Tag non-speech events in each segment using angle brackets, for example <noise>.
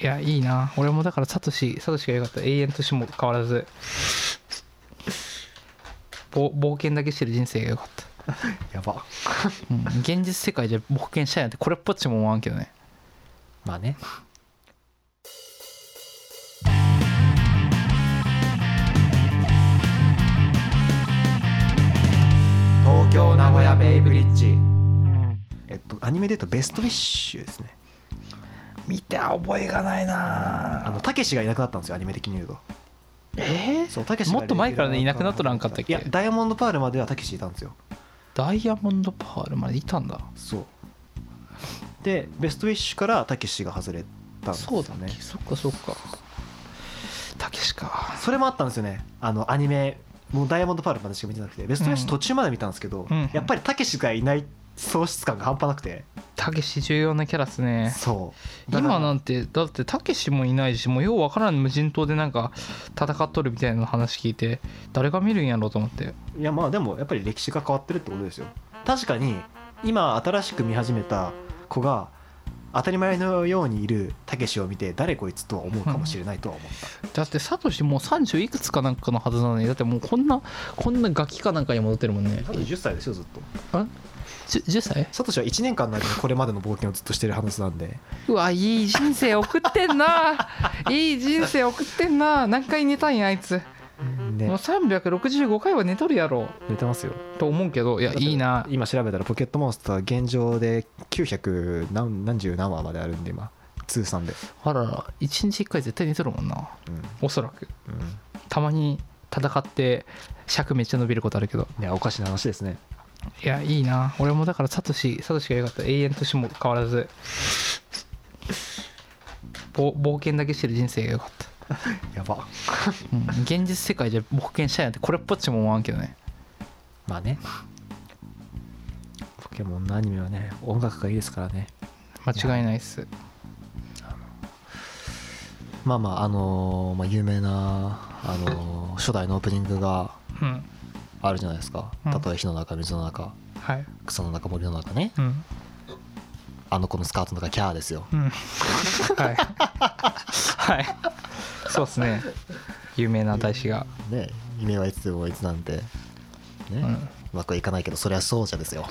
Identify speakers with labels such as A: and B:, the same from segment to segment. A: いやいいな俺もだからサトシサトシが良かった永遠としも変わらずぼ冒険だけしてる人生が良かった、
B: やば
A: うん、現実世界じゃ冒険したいなんてこれっぽっちも思わんけどね
B: まあね東京名古屋ベイブリッジえっとアニメで言うとベストウィッシュですね
A: 見た覚えがないな
B: あのたけしがいなくなったんですよアニメ的に言うと
A: えー
B: そうたけしが
A: もっと前からね
B: レギュラ
A: い
B: ー
A: なくなっとらんかったっけ
B: いやダイヤモンドパールまではたけしいたんですよ
A: ダイヤモンドパールまでいたんだ
B: そうでベストウィッシュからたけしが外れたんです
A: そ
B: よ
A: うだね
B: ね
A: そっかそっかたけしか
B: それもあったんですよねあのアニメもうダイヤモンドパールまでしか見てなくてベストウィッシ
A: う
B: ュ
A: ん
B: 途中まで見たんですけど、
A: うん
B: やっぱりたけしがいない喪失感が半端なくて、
A: たけし重要なキャラっすね
B: そうだから
A: 今なんてだってたけしもいないしもうようわからん無人島でなんか戦っとるみたいな話聞いて誰が見るんやろうと思って
B: いやまあでもやっぱり歴史が変わってるってことですよ確かに今新しく見始めた子が当たり前のようにいるたけしを見て誰こいつとは思うかもしれないとは思っ
A: だ
B: た、
A: ってサトシもう30いくつかなんかのはずなのにだってもうこんなこんなガキかなんかに戻ってるもんね
B: 多分10歳ですよずっと
A: じゅ 10, 歳
B: サトシは1年間の間にこれまでの冒険をずっとしてる話なんで
A: うわいい人生送ってんな <laughs> いい人生送ってんな何回寝たんやあいつもう
B: ね
A: 365回は寝とるやろ
B: 寝てますよ
A: と思うけどいや
B: だって
A: いいな
B: 今調べたらポケットモンスター現状で900何何十何話まであるんで今通算で、
A: あらら1日1回絶対寝とるもんな
B: うん
A: おそらく
B: うん
A: たまに戦って尺めっちゃ伸びることあるけど
B: いやおかしな話ですね
A: いやいいな俺もだからサトシサトシが良かった永遠としも変わらずぼ冒険だけしてる人生が良かった、
B: やば
A: うん、現実世界じゃ冒険したいなんてこれっぽっちも思わんけどね
B: まあねポケモンのアニメはね音楽がいいですからね
A: 間違いないっす
B: まあまああのーまあ、有名な、あのー初代のオープニングが
A: うん
B: あるじゃないですか
A: うん
B: たとえ火の中水の中
A: はい
B: 草の中森の中ね
A: うん
B: あの子のスカートの中キャーですよ
A: うんはい <laughs> はいそうっすね有名な大使が
B: ね夢はいつでもいつなんてね、
A: う
B: うんまくいかないけどそりゃそうじゃですよ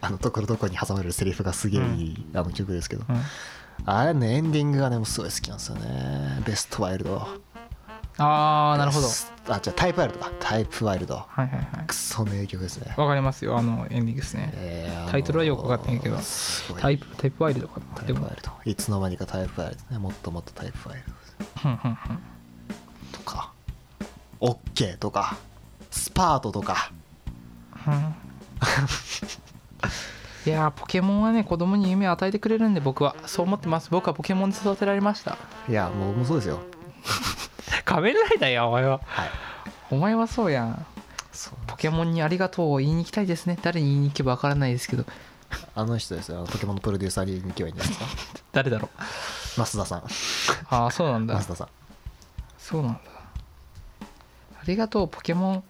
B: あのところどころに挟まれるセリフがすげえいい、あの曲ですけど、
A: うん、うん、
B: あれのエンディングがねもうすごい好きなんですよねベストワイルド
A: ああなるほど
B: ベスあじゃあタイプワイルドだタイプワイルド
A: はいはいはい
B: クソ名曲ですね、
A: わかりますよあのエンディングですね、
B: えーあの
A: タイトルはよくわかってないけど
B: すごい
A: タイプタイプワイルドか
B: タ
A: な
B: イ
A: で
B: プ
A: も
B: ワイルドいつの間にかタイプワイルドねもっともっとタイプワイル
A: ふんふんふん
B: ドとか OK とかスパートとか
A: ふん <laughs> いやーポケモンはね子供に夢を与えてくれるんで僕はそう思ってます僕はポケモンで育てられました
B: いやもうもうそうですよ
A: 仮面ライダーやお前は
B: はい
A: お前はそうやん
B: そう
A: ポケモンにありがとうを言いに行きたいですね誰に言いに行けばわからないですけど
B: あの人ですよあのポケモンのプロデューサーに行けばいいんじゃないですか
A: 誰だろう <laughs>
B: 増田さん
A: ああそうなんだ
B: 増田さん
A: そうなんだありがとうポケモン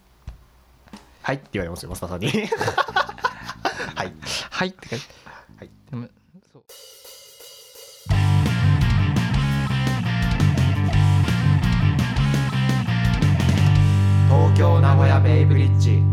B: はいって言われますよ増田さんに <laughs> はい
A: はいって書いて
B: はい
A: でもそう
B: 東京名古屋ベイブリッジ